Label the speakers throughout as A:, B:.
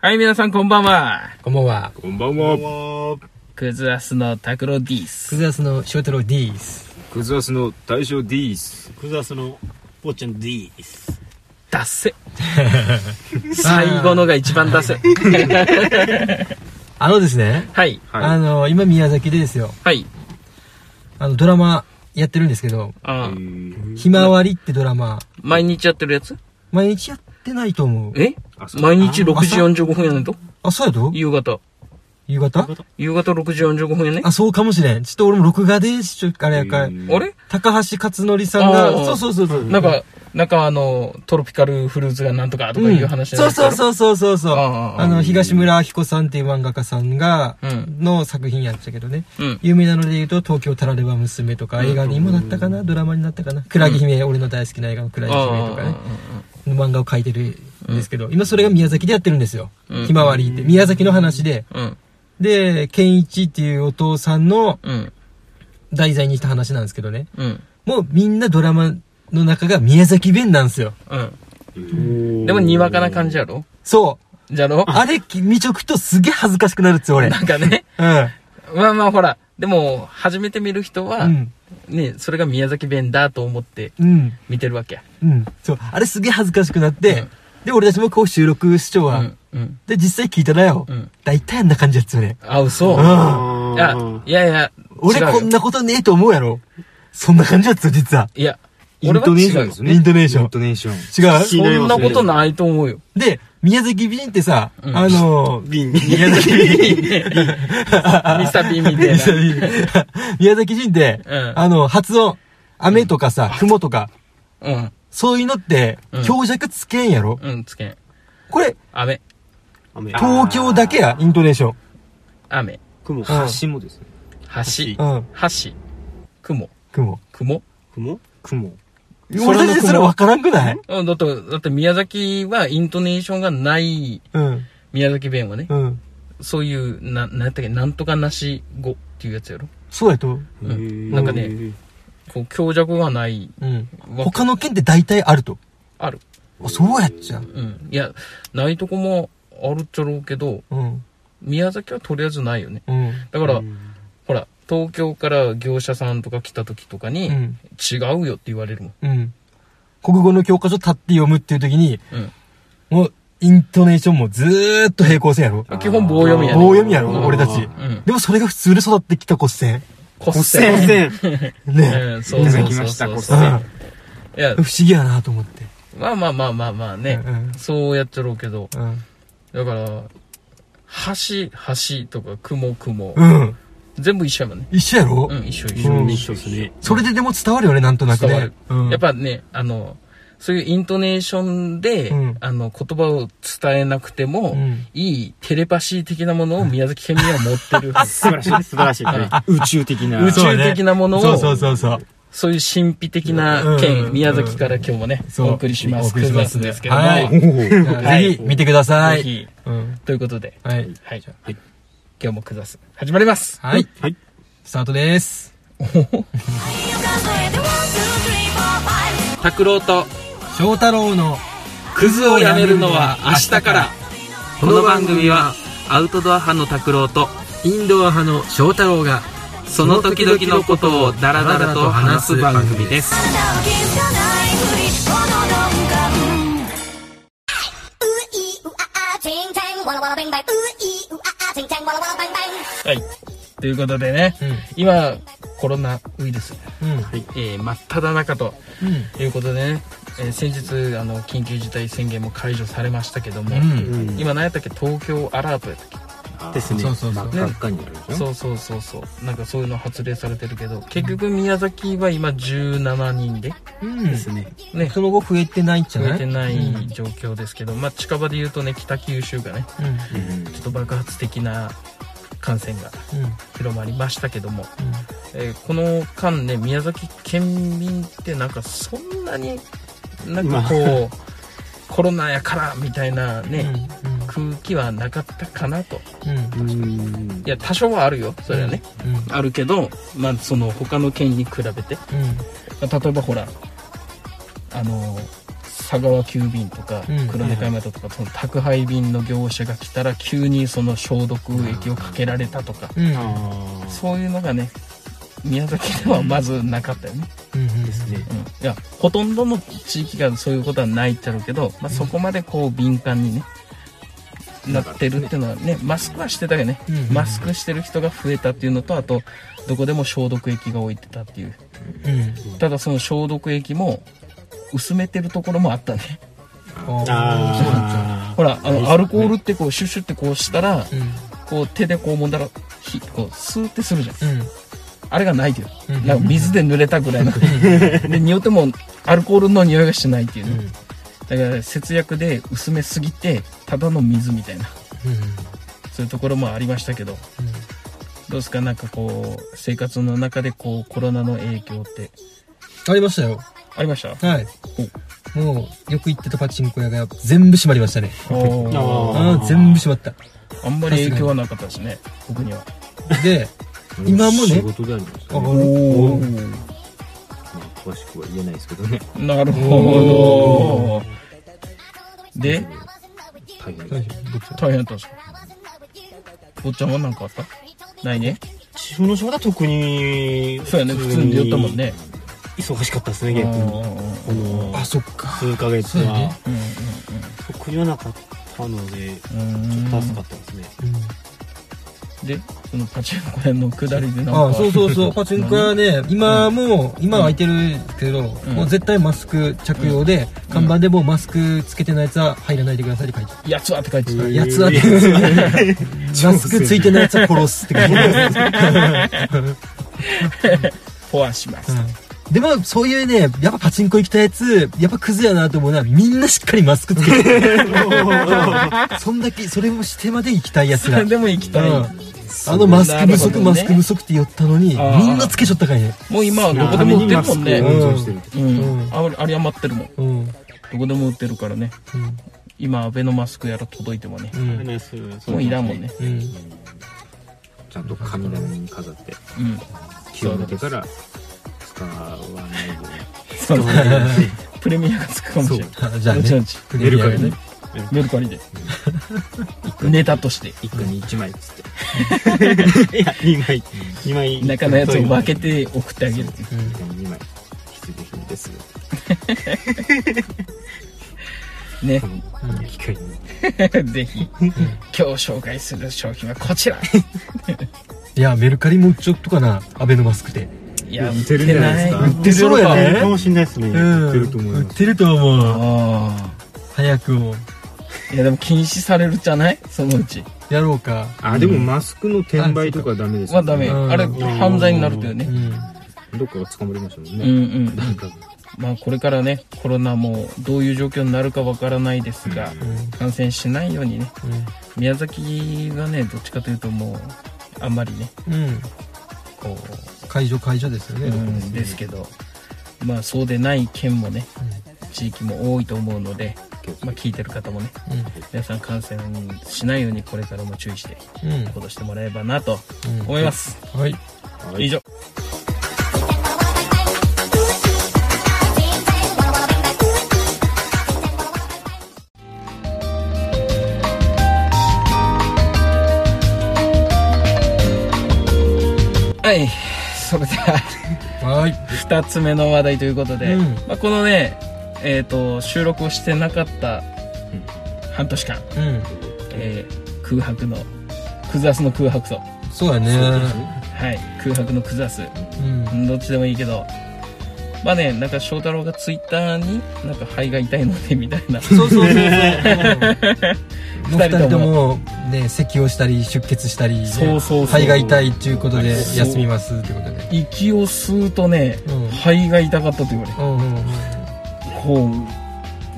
A: はい、皆さんこんばんは。
B: こんばんは。
C: こんばんは。
D: もう
A: クズアスの拓郎ディース
B: ク。ズアスの翔太郎 D です。
C: クズアスの大将 D す。
D: クザスのぽーちゃん D です
A: ダッ セ。最後のが一番ダッセ。
B: あのですね、
A: はい。
B: あ
C: は
B: の、今宮崎でですよ、
A: はい。
B: あの、ドラマやってるんですけど、
A: あ
C: い。え
A: ー
C: ー
B: ひまわりってドラマ、
A: 毎日やってるやつ
B: 毎日やってないと思う。
A: え
C: あそう
A: 毎日6時
B: あ
A: 45分やねんと
B: あ、そうやと
A: 夕方。
B: 夕方
A: 夕方6時45分やね
B: あ、そうかもしれん。ちょっと俺も録画で、ちょっとあれやから、
C: うん
A: あれ
B: 高橋克典さんが
A: あー、
B: そうそうそうそう。
A: なんか、なんかあの、トロピカルフルーツがなんとかとかいう話
B: う
A: じ
B: ん
A: ゃな
B: そ
A: いうですか
B: そうそうそうそうそう。
A: あー
B: あの、東村明子さんっていう漫画家さんが、
A: うん
B: の作品やっちゃけどね。
A: うん。
B: 有名なので言うと、東京タラレバ娘とか、映画にもなったかな、ドラマになったかな。クラゲ姫、俺の大好きな映画のクラゲ姫とかね
A: あ。
B: の漫画を描いてるんですけど、今それが宮崎でやってるんですよ。
A: うん
B: ひまわりって。宮崎の話で。
A: ーうん。
B: で、健一っていうお父さんの
A: うん。
B: 題材にした話なんですけどね。
A: うん。
B: もうみんなドラマの中が宮崎弁なんですよ。
A: うん。
C: うん
A: でも、にわかな感じやろ
B: そう。
A: じゃろ
B: あれ見ちょくとすげえ恥ずかしくなるっつよ、俺。う
A: なんかね。
B: ん。
A: まあまあほら、でも、初めて見る人は
B: う、ん。
A: ね、それが宮崎弁だと思って
B: うん。
A: 見てるわけや。
B: うん。そう。あれすげえ恥ずかしくなって、
A: うん
B: で、俺たちもこう収録視聴
A: う
B: は、
A: ん。うん。
B: で、実際聞いたらよ、
A: うん。
B: 大体あんな感じやっつよね。
A: あ、嘘。
B: う
A: あ
C: あ
A: いや、いやいや、
B: 俺
A: 違うよ
B: こんなことねえと思うやろ。そんな感じやっつよ、実は。
A: いや、
B: イン
A: 俺は
B: トネー
A: 違
B: ション
A: うよ
B: です。ねイントネーション
C: イントネーション。
B: 違う
D: 気になり
A: そん
D: ます
A: な
D: ね
A: ことないと思うよ。
B: で、宮崎弁ってさ、
A: うん
B: あのー、
D: 瓶
B: 宮崎弁。
A: ミスタービーみた
B: 宮
A: い
B: 崎 宮崎人って、
A: うん
B: あの、発音、雨とかさ、雲とか、
A: な。
B: そういうのって
A: うん、
B: 強弱つけんやろ、
A: うん。うん、つけん。
B: これ、
A: 雨。
C: 雨
B: 東京だけや、イントネーション。
A: 雨。
C: 雲。橋もですね。
A: 橋。
B: うん、
A: 橋。雲。
B: 雲。
A: 雲。
D: 雲
C: 雲。
B: 俺たちそれ分からんくない
A: うん、だって、だって宮崎はイントネーションがない
B: うん、
A: 宮崎弁はね、
B: うん。
A: そういう、な、なんやったっけ、なんとかなし語っていうやつやろ
B: そうやと。
A: うん
C: へー
A: なんかね、こう、強弱がない
B: うん。
A: わけ
B: 他の県って大体あると。
A: ある。
B: あ、そうやっちゃう。
A: うん。いや、ないとこもあるっちゃろうけど、
B: うん、
A: 宮崎はとりあえずないよね。
B: うん。
A: だから、
C: うん
A: ほら、東京から業者さんとか来た時とかに、
B: うん、
A: 違うよって言われるもん。
B: うん。国語の教科書立って読むっていう時に、
A: うん。
B: もう、イントネーションもずーっと平行線やろ
A: 基本棒読みやね。
B: 棒読みやろ、
A: うん
B: 俺た
C: う
B: ち。
A: うん。
B: でもそれが普通で育ってきた骨折。
A: 骨
B: 骨
A: 折。
C: 線
B: ね
A: うん、そうそうそうそう
C: 骨
A: そ
B: え。うん。
A: う。
B: 不
A: いや、
B: 思議やなと思って。
A: まあまあまあまあまあね
B: う。ん
A: そうやっちゃろうけど。
B: うん。
A: だから、橋、橋とか、雲、雲。
B: うん。
A: 全部一緒やもんね。
B: 一緒やろ
A: うん、一緒一
C: 一
A: 緒。
C: 緒一緒ですね。
B: それででも伝わるよね、なんとなく
A: 伝わ
B: ね
A: る。
B: うん
A: やっ、ぱね、あの、そういうイントネーションで、
B: うん
A: あの、言葉を伝えなくても、
B: うん
A: いいテレパシー的なものを宮崎県民は持って る。
D: 素晴らしい素晴らしい
C: 宇宙的な。
A: 宇
B: そう
A: 宙
B: ね
A: 的なものを、
B: そうそうそうそう。
A: そういう神秘的な県、
B: うん
A: 宮崎から今日もね、
B: そう
A: お送りしま
B: お
A: す。
B: 送りします
A: クズ
B: んで
A: ですけども、
B: はい
C: おー
A: はい
B: ぜひ見てくださ
A: ぜ
B: い。
A: ひ、
B: うん。
A: ということで、
B: はい。
A: はい。今日もクザス、始まります。
B: はい。
C: はい。
B: スタートです。
A: 拓郎と
B: 翔太郎の、
A: クズをやめるのは明日から。この番組は、アウトドア派の拓郎と、
B: インドア派の翔太郎が、
A: その時々のことをダラダラと話す番組です。はい。ということでね、今、コロナウイルス、
B: うん。うん。
A: えー真っ只中と
B: うん。
A: いうことでね、えー先日、あの、緊急事態宣言も解除されましたけども、
B: うん。
A: 今何やったっけ東京アラートやったっけ
D: ですね
B: そうそうそう。
C: 真っ赤っかになるでしょ
A: そうそうそうそうなんかそういうの発令されてるけど結局宮崎は今17人で
B: うん。です
C: ね。
A: ね
B: その後増えてないんじゃ
A: 増
B: ない
A: えてな
B: うん
A: い状況ですけど、まあ近場で言うとね北九州がね
B: う
A: ちょっと爆発的な感染が
B: ん。うん。
A: 広まりましたけども、えーこの間ね宮崎県民ってなんかそんなになんかこうコロナやからみたいな
B: うん。
A: ね、空気はなかったかなと
B: うん。うん。
C: うん
A: いや多少はあるよそれはね、
B: うん。
A: あるけどまあその他の県に比べて
B: うん。
A: まあ例えばほらあの佐川急便とか
B: うん
A: 黒猫山田とかその宅配便の業者が来たら急にその消毒液をかけられたとか
B: うんうん
C: あ
A: そういうのがね宮崎ではまずなかったよね、
B: うん
C: ですね
A: うん、いやほとんどの地域がそういうことはないっちゃろうけど、まあ、そこまでこう敏感にねなってるっていうのはねマスクはしてたよね、
B: うん
A: マスクしてる人が増えたっていうのとあとどこでも消毒液が置いてたっていう
B: うん
A: ただその消毒液も薄めてるところもあったね
C: あ
A: ほらあのアルコールってこうシュッシュってこうしたら
B: うん
A: こう手でこう揉んだらひこうスーってするじゃん
B: うん
A: あれがないでよ
B: うん
A: なんか水で濡れたぐらいので匂ってもアルコールの匂いがしないっていうね、
B: うん
A: だから節約で薄めすぎてただの水みたいなそういうところもありましたけどどうですかなんかこう生活の中でこうコロナの影響って
B: ありましたよ
A: ありました
B: はいもうよく行ってたパチンコ屋が全部閉まりましたね
A: おー
C: あー
B: あー全部閉まった
A: あんまり影響はなかったですね僕には
B: で
C: ー
B: 今もね
C: 仕事でありますね
B: お
A: お
C: まあ詳しくは言えないですけどね
A: なるほどで
C: 大変
B: 大
C: で
B: 丈夫どっちだ
A: 大変だったんですか坊ちゃんは何かあったないね
D: 自分の仕事は特に
A: そうやね普通に言ったもんね
D: 忙しかったですね
A: うんう
D: 結
A: ん
D: 構
A: うん
D: この
B: あそっか
D: 数ヶ月
B: そうや
D: は
B: ね
A: うん
D: 特にはなかったので
A: うんうん
D: 助かったですね
B: うん
A: でそのパチンコ屋の下りでなんか
B: あそうそ うそうパチンコ屋ね今もう今は開いてるけど、
A: ん
B: もう絶対マスク着用で、看板でもうマスクつけてないやつは入らないでくださいって書いてあ
A: やつはって書いてた、
B: る、
C: うん
B: やつはってマスクついてないやつは殺すって書いてある、
A: フォアします、
B: うんでもそういうねやっぱパチンコ行きたやつやっぱクズやなと思うのはみんなしっかりマスクつけてるそんだけそれもしてまで行きたいやつ
A: そ
B: ら
A: れでも行きたい、
B: うんあのマスク不足、マスク不足って言ったのにみん
A: あー
B: なつけちゃったからね
A: もう今はどこでも売ってるもん
C: 温
A: ね
C: 存してる
A: うん、
B: うん
A: ああり余ってるもんど
B: うん
A: こでも売ってるからね
B: うん
A: 今アベノマスクやら届いてもね
B: う
D: あれ
B: ん
D: ねそれそれ
A: もういらんもんね
B: うん
C: ちゃんと神棚に飾って
A: うん
C: 気を抜けたら使わないで
A: そう プレミアがつくかもしれない
B: あじゃあね
A: もちろんち
B: プレミアムね
A: メルカリでネタとして
C: 一家に1枚っつって
D: いや2枚2枚
A: 中のやつを分けて送ってあげるっていう
B: うん
C: 一家に2枚必需品ですよ
A: ね
C: この機会に
A: ぜひ今日紹介する商品はこちら
B: いやメルカリも売っちゃったかなアベノマスクで
A: いや
C: 売ってるんじゃ ないですか
A: 売って
B: そうやね
D: かもしれないですね、
B: うん
C: 売ってると思います
B: 売ってると思う
A: あ
B: 早くも
A: あいやでも禁止されるじゃないそのうち
B: やろうか
C: あでもマスクの転売とかはダメです
A: は
C: よ
A: ダメ
B: うん
A: あれ犯罪になるという
B: う
A: ね
B: ん
C: どっかが捕まりましたもん
A: うん
C: ね、
A: うん
C: なんか
A: まあこれからねコロナもどういう状況になるかわからないですが
B: うん
A: 感染しないようにね
B: う
A: 宮崎がねどっちかというともうあんまりね
B: んうん
A: こ
B: 解除解除ですよ
A: う、
B: ね
A: うん、ですけどまあそうでない県もね地域も多いと思うので、まあ、聞いてる方もね皆さん感染しないようにこれからも注意して
B: うんうん
A: 行動してもらえばなと
B: うん
A: 思います、
B: はい
A: 以上はいそれでは
B: はい
A: 2つ目の話題ということで、
B: うん
A: まあ、このね、えー、と収録をしてなかった半年間、
B: うん
A: えー空白のクズアスの空白と、は
B: そうや
A: い、
B: ね
A: 空白のクズアス
B: うん
A: うんどっちでもいいけどまあねなんか翔太郎がツイッターになんか肺が痛いのでみたいな
B: そうそうそうそう二
A: 人とも
B: 人ともね咳をしたり出血したりね
A: そうそうそう
B: 肺が痛いっていうことで休みますってことで
A: 息を吸うとね、
B: うん
A: 肺が痛かったと言われ
B: うんうん
A: こう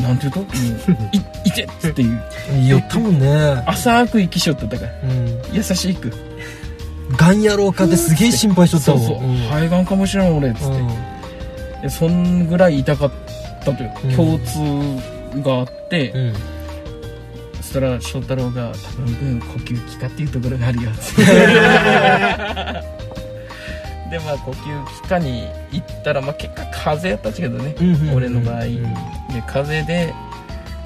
A: なん ていうともう「い痛っ!」っていう
B: うん言ったもんね
A: 浅く息しよっただから
B: うん
A: 優しいく
B: がんやろうかってすげえ心配しとった
A: そう
B: もん
A: そう、
B: ん
A: 肺がんかもしれん俺っつって、でそんぐらい痛かったという、
B: うん
A: 共通があって、
B: うんうん
A: そしたら翔太郎が「多分呼吸器かっていうところがあるよ」って でまあ呼吸器科に行ったら、まあ、結果風邪やったっちゃけどね、
B: うんうんうん
A: 俺の場合、
B: うん
A: まで風邪で、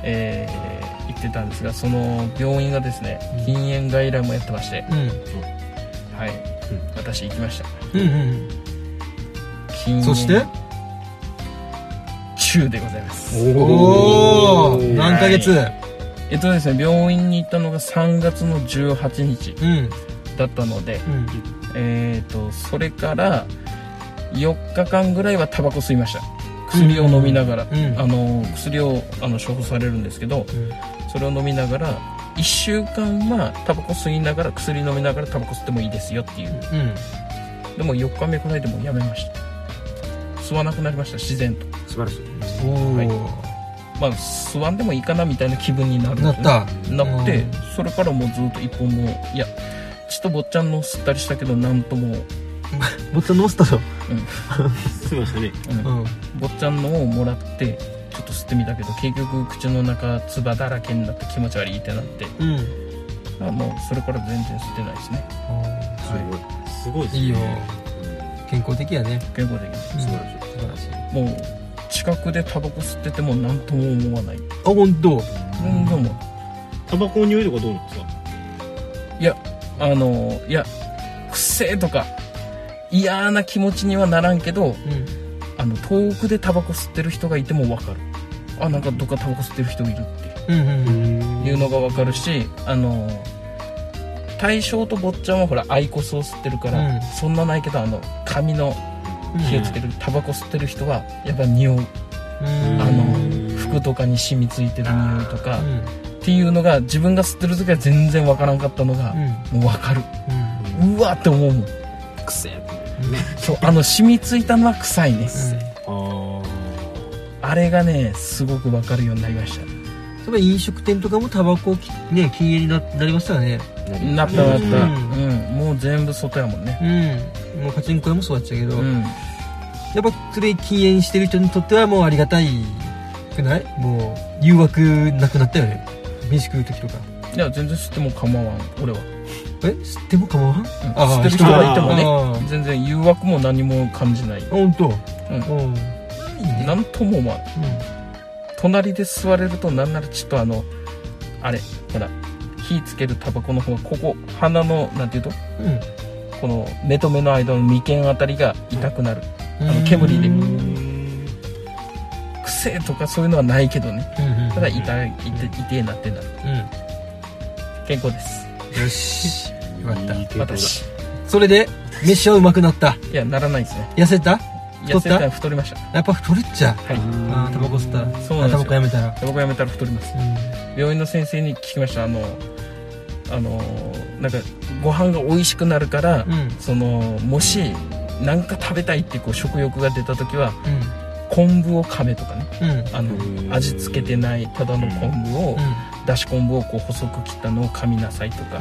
A: えー行ってたんですがその病院がですね
B: うん
A: 禁煙外来もやってまして、
B: うん
A: はい、
C: うん
A: 私行きました
B: うんうん
A: 禁煙
B: そして
A: 中でございます
B: おお何ヶ月、
A: えっとですね病院に行ったのが3月の18日
B: うん
A: だったので
B: うん
A: えっ、とそれから4日間ぐらいはタバコ吸いました薬を飲みながら、
B: うん
A: あの薬をあの処方されるんですけどそれを飲みながら1週間はタバコ吸いながら薬飲みながらタバコ吸ってもいいですよっていう
B: うん
A: でも4日目くらいでもうやめました吸わなくなりました自然と
C: 素晴らしい
B: おお、
A: はいまあ吸わんでもいいかなみたいな気分になるん
B: な
A: です
B: っ
A: ね
B: た
A: なって
B: うん
A: それからもうずっと一本もいやちょっと坊ちゃんの吸ったりしたけどなんとも
B: もっとノスタだ
D: すみませんね。
A: うん
B: うん
A: 坊ちゃんのをもらってちょっと吸ってみたけど結局口の中唾だらけになって気持ち悪いってなって
B: うん
A: あもうそれから全然吸ってないですね
C: すごい
D: すごいですね。
B: いいよ
C: うん
B: 健康的やね
A: 健康的です
C: 素晴らしい
B: 素晴らしいあ
A: もう近くでタバコ吸ってても何とも思わない
B: 本当
A: 何とも
D: タバコの匂いとかどうなんですか。
A: あのいやくせえとか嫌な気持ちにはならんけど
B: うん
A: あの遠くでタバコ吸ってる人がいても分かるあなんかどっかタバコ吸ってる人いるって
B: うんうんうん
A: いうのが分かるしあの大将と坊ちゃんはほらアイコスを吸ってるから、
B: うん
A: そんなないけどあの髪の火をつける、タバコ吸ってる人はやっぱ匂う
B: うん
A: あ
D: うん
A: の服とかに染みついてる匂いとか、
B: うん
A: っていうのが自分が吸ってる時は全然わからんかったのが、
B: うん
A: もう分かる
B: うん
A: うわって思うもん
C: くせえ
A: そうあの染みついたのは臭いね、
D: ああ。
A: あれがねすごく分かるようになりまし
B: それ飲食店とかもタバコをきね禁煙にななりましたよね
A: たなったなった、う
B: うんん
A: もう全部外やもんね
B: うんもうパチンコ屋もそうだったけど、
A: うん
B: やっぱそれ禁煙してる人にとってはもうありがたいくないもう誘惑なくなったよね飯食う時とか
A: いや全然吸っても構わん俺は、
B: え吸っても構わん、
A: うん
B: あ
A: 吸ってる人がいても
B: あ
A: ね
B: ー
A: 全然誘惑も何も感じない
B: あ本当
A: ん
B: うんいいね
A: 何とも思わん隣で座れるとなんならちょっとあのあれほら火つけるタバコの方がここ鼻のなんていうと
B: うんうん
A: この目と目の間の眉間あたりが痛くなる、あの煙で
B: うん
A: 癖とかそういうのはないけどね
B: うん
A: ただ痛い痛い痛いなってなる
B: う
A: 健康です
B: んよしよかった
A: 私
B: それで飯はうまくなった
A: いやならないですね
B: 痩せた太
A: 痩
B: っ
A: せ
B: た
A: たら太りました
B: やっぱ太るっちゃ
A: はい
B: あータバコ吸ったら
A: そうなんですよ
B: あタバコやめたら
A: タバコやめたら太ります病院の先生に聞きましたあのあのなんかご飯が美味しくなるから、
B: うんうん
A: そのもし何か食べたいってこう食欲が出た時は昆布を噛めとかね
B: うんうん
A: あ
C: うん
A: の味付けてないただの昆布を、だし昆布をこう細く切ったのを噛みなさいとか、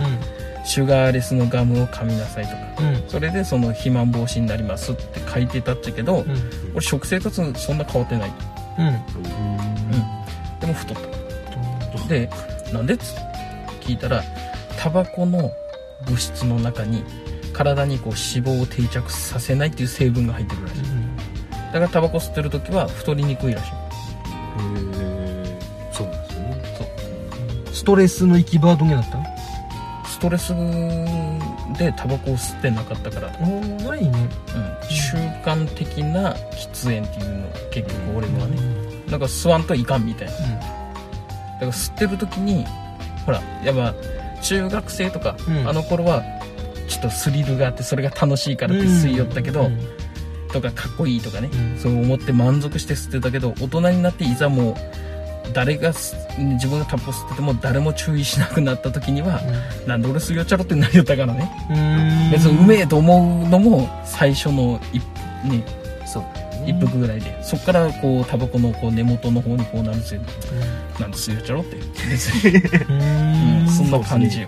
A: シュガーレスのガムを噛みなさいとか
B: うん
A: それでその肥満防止になりますって書いてたっちゃけど、
B: うん
A: 俺食生活そんな変わってない
B: うん
A: でも太ったでなんでっつって聞いたらタバコの物質の中に体にこう脂肪を定着させないっていう成分が入ってるらしいだからタバコ吸ってる時は太りにくいらしい
C: そうなんですよね
B: ストレスの行き場はどんげだった
A: ストレスでタバコを吸ってなかったから、うん、
B: おーないね
A: 習慣的な喫煙っていうの結局俺のはねなんか吸わんといかんみたいなだから吸ってる時にほらやっぱ中学生とか、
B: うん
A: あの頃はちょっとスリルがあってそれが楽しいからって吸い寄ったけど、
B: うん
A: とかかっこいいとかね、
B: うん
A: そう思って満足して吸ってたけど大人になっていざもう誰が吸自分がタバコ吸ってても誰も注意しなくなった時には、なんで俺吸い寄っちゃろってなりよったからね、
B: うん
A: 別にうめえと思うのも最初の一歩ね
C: そう
A: 一服ぐらいでそっからこうタバコのこう根元の方にこうなるせいなんで吸い寄っちゃろって別に
B: うん
A: うん、そん
B: な
A: な感じよ、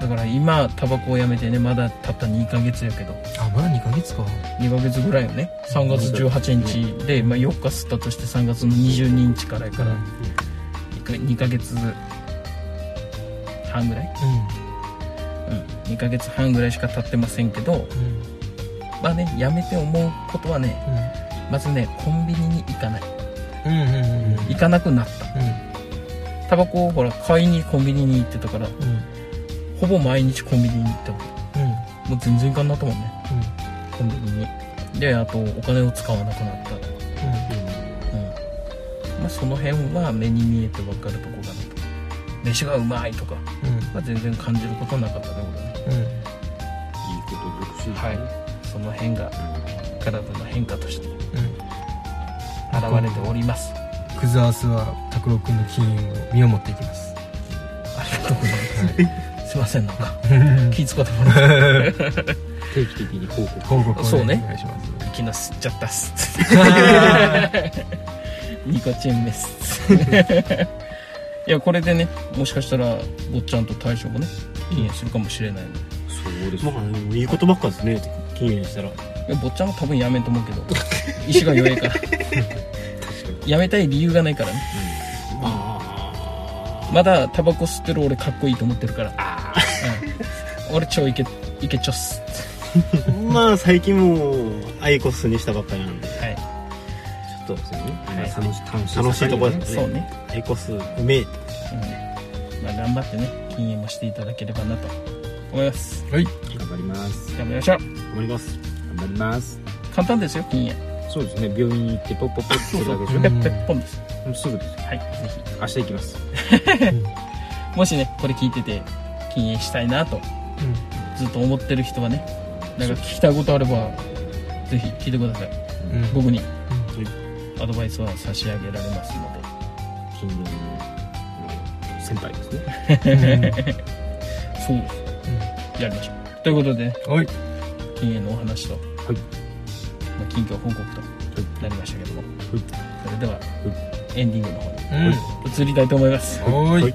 A: だから今タバコをやめてねまだたった2ヶ月やけど
B: あまだ2ヶ月か
A: 2ヶ月ぐらいよね3月18日で、まあ、4日吸ったとして3月の22日からやから
B: うん
A: 2ヶ月半ぐらい、うん、2ヶ月半ぐらいしか経ってませんけど
B: うんうん
A: まあねやめて思うことはね
B: うん
A: まずねコンビニに行かない
B: うんうんうん
A: 行かなくなったタバコをほら買いにコンビニに行ってたから
B: うんうん
A: ほぼ毎日コンビニに行ったもん
B: うん
A: もう全然行かんなったもんねコンビニにであとお金を使わなくなったうんまあ、その辺は目に見えて分かるとこかなと飯がうまいとか、まあ、全然感じることなかったね俺ね
B: うんうん
C: いいこと尽くしですね
A: はいその辺が体の変化として現
B: うん
A: れております
B: クズアースは拓郎君の金運を見守っていきます
A: ありがとうございますすいませんなん か気遣ってもらっ
D: 定期的に報告
B: 報告を
A: そうね
B: お願いします
A: て昨日吸っちゃったっ すニコチンメ スいやこれでねもしかしたら坊ちゃんと大将もね禁煙するかもしれないので
D: そうですまあいいことばっかですね禁 煙したら
A: いや坊ちゃんは多分やめんと思うけど意志が弱いからやめたい理由がないからね
D: まあ
A: まだタバコ吸ってる俺かっこいいと思ってるから、うん、俺超イケイケちょっす
D: まあ最近もうアイコスにしたばっかりなんでち
A: はい
D: ょっとですね
C: まあ楽し楽しい
D: 楽しいとこですね
A: そうね、
D: アイコスうめえ
A: うんまあ、頑張ってね禁煙もしていただければなと思います
B: はい
C: 頑張ります
A: 頑張りましょう
D: 思います
C: 頑張ります
A: 簡単ですよ禁煙
C: そうですね病院に行ってポッポッポッってするだけでし
A: ペ
C: ょ
B: ん
A: ッペッポンです
C: もうすぐです
A: はいぜひ
C: 明日行きます
A: もしねこれ聞いてて禁煙したいなとずっと思ってる人はねなんか聞きたいことあればぜひ聞いてください
B: うんうん
A: 僕にアドバイスは差し上げられますので
C: 近隣の先輩ですね
A: そうですやりましょうということでね
B: うんはい
A: 禁煙のお話と、まあ、近況報告となりましたけども、それでは、エンディングの方に
B: うん
A: 移りたいと思います、
B: はーい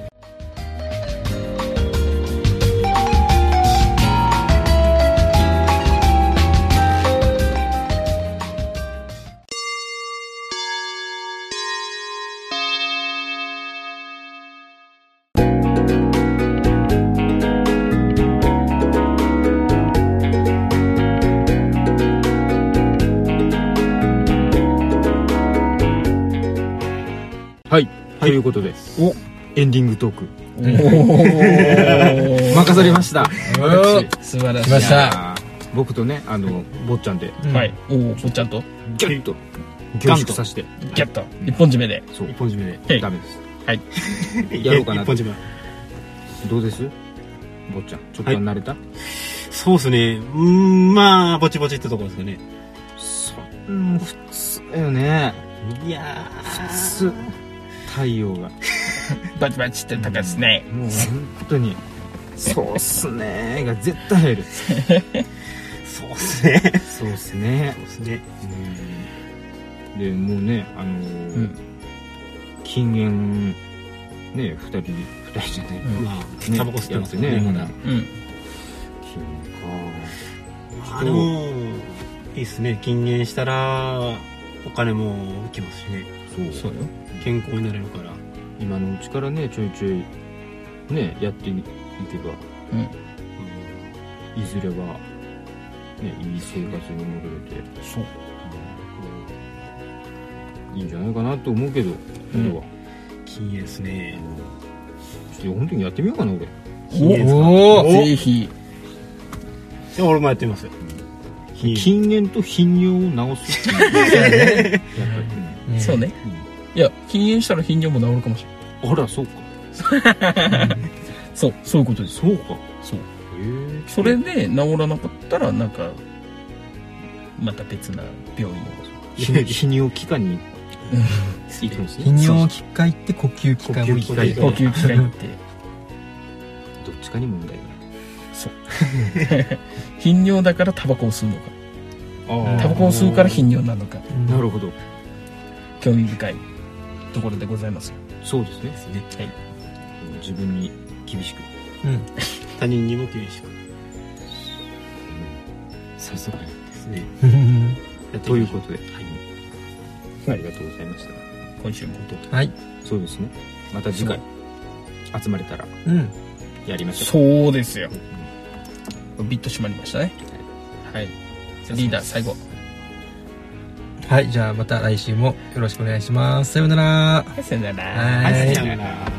C: はいということでおエンディングトーク
A: お
C: 任されました
B: おー
C: 私
A: お素晴らしい
B: 来まし
C: い
B: た
C: やー僕とねあの坊ちゃんで
B: うん
A: はいおお坊ちゃんと
C: ギュッと
D: ガ
C: 凝
D: ン
C: 縮
D: と
C: させて
A: ギャッと一本締めで
C: そう一本締め
A: は
C: で
A: い
C: ダメですやろ
D: やろ
C: う
D: う
C: か
D: か
C: な
D: な
C: と
D: 一本締め
C: どうです坊ちゃんちょっと
D: はい
C: 慣れた
D: そうですねうーんまあぼちぼちってとこですかね
C: そうん普通だよね
D: いや
C: 普通太陽が
A: バチバチって高いですね、
C: もう本当にそうっすねーが絶対入る
D: そうですね
C: そうっすね
D: そうですね
C: うんでもうねあのー
A: うん
C: 禁煙ね二人二人じゃない、
A: うん
D: まあ
C: ね
D: タバコ吸ってますよ
C: や
D: ね
C: って
D: ま
C: ね
D: だ
A: うん
C: 禁煙か
D: あでもいいっすね禁煙したらお金も浮きますしね
C: そ
A: そう
C: う
A: よ
D: 健康になれるから
C: 今のうちからねちょいちょいねやっていけば、
A: うん
C: いずれはねいい生活に戻れて、
A: そう
C: いいんじゃないかなと思うけど
A: うん
C: 俺は、
D: 禁煙ですね
C: ちょっと本当にやってみようかな俺
D: 禁煙ですか
B: おー
A: ぜひ
D: で俺もやってみますよ禁煙
C: 禁煙と頻尿を治すやっぱ
B: ん
A: そうねいや禁煙したら頻尿も治るかもしれない
C: りあらそうか
A: そうそういうことです
C: そうか
A: そう
C: へえ
A: それで治らなかったらなんかまた別な病院を
C: 頻頻尿期間に行きますね
B: 泌尿器科行って呼吸器科も行
C: 呼吸器
B: っ
C: 科
B: て
C: 行
A: 呼吸器科行って
C: どっちかに問題が
A: 頻尿だからタバコを吸うのか
C: あ
A: タバコを吸うから頻尿なのか
B: うん
C: なるほど
A: 興味深いところでございますよ
C: そうですね
D: ですね
C: 自分に厳しく
B: うん
D: 他人にも厳しくで
C: さすがに
D: すね
B: うん
D: やって
C: と
D: み
C: いう
D: ましょ
C: ことで、ありがとうございました
A: 今週も
B: はい
C: そうですねまた次回集まれたら
B: うん
C: やりましょ
A: そうですよビッと締まりましたねはいリーダー最後
B: はい、じゃあまた来週もよろしくお願いします。さようなら。
A: さよなら
B: はい
D: はい、さよなら。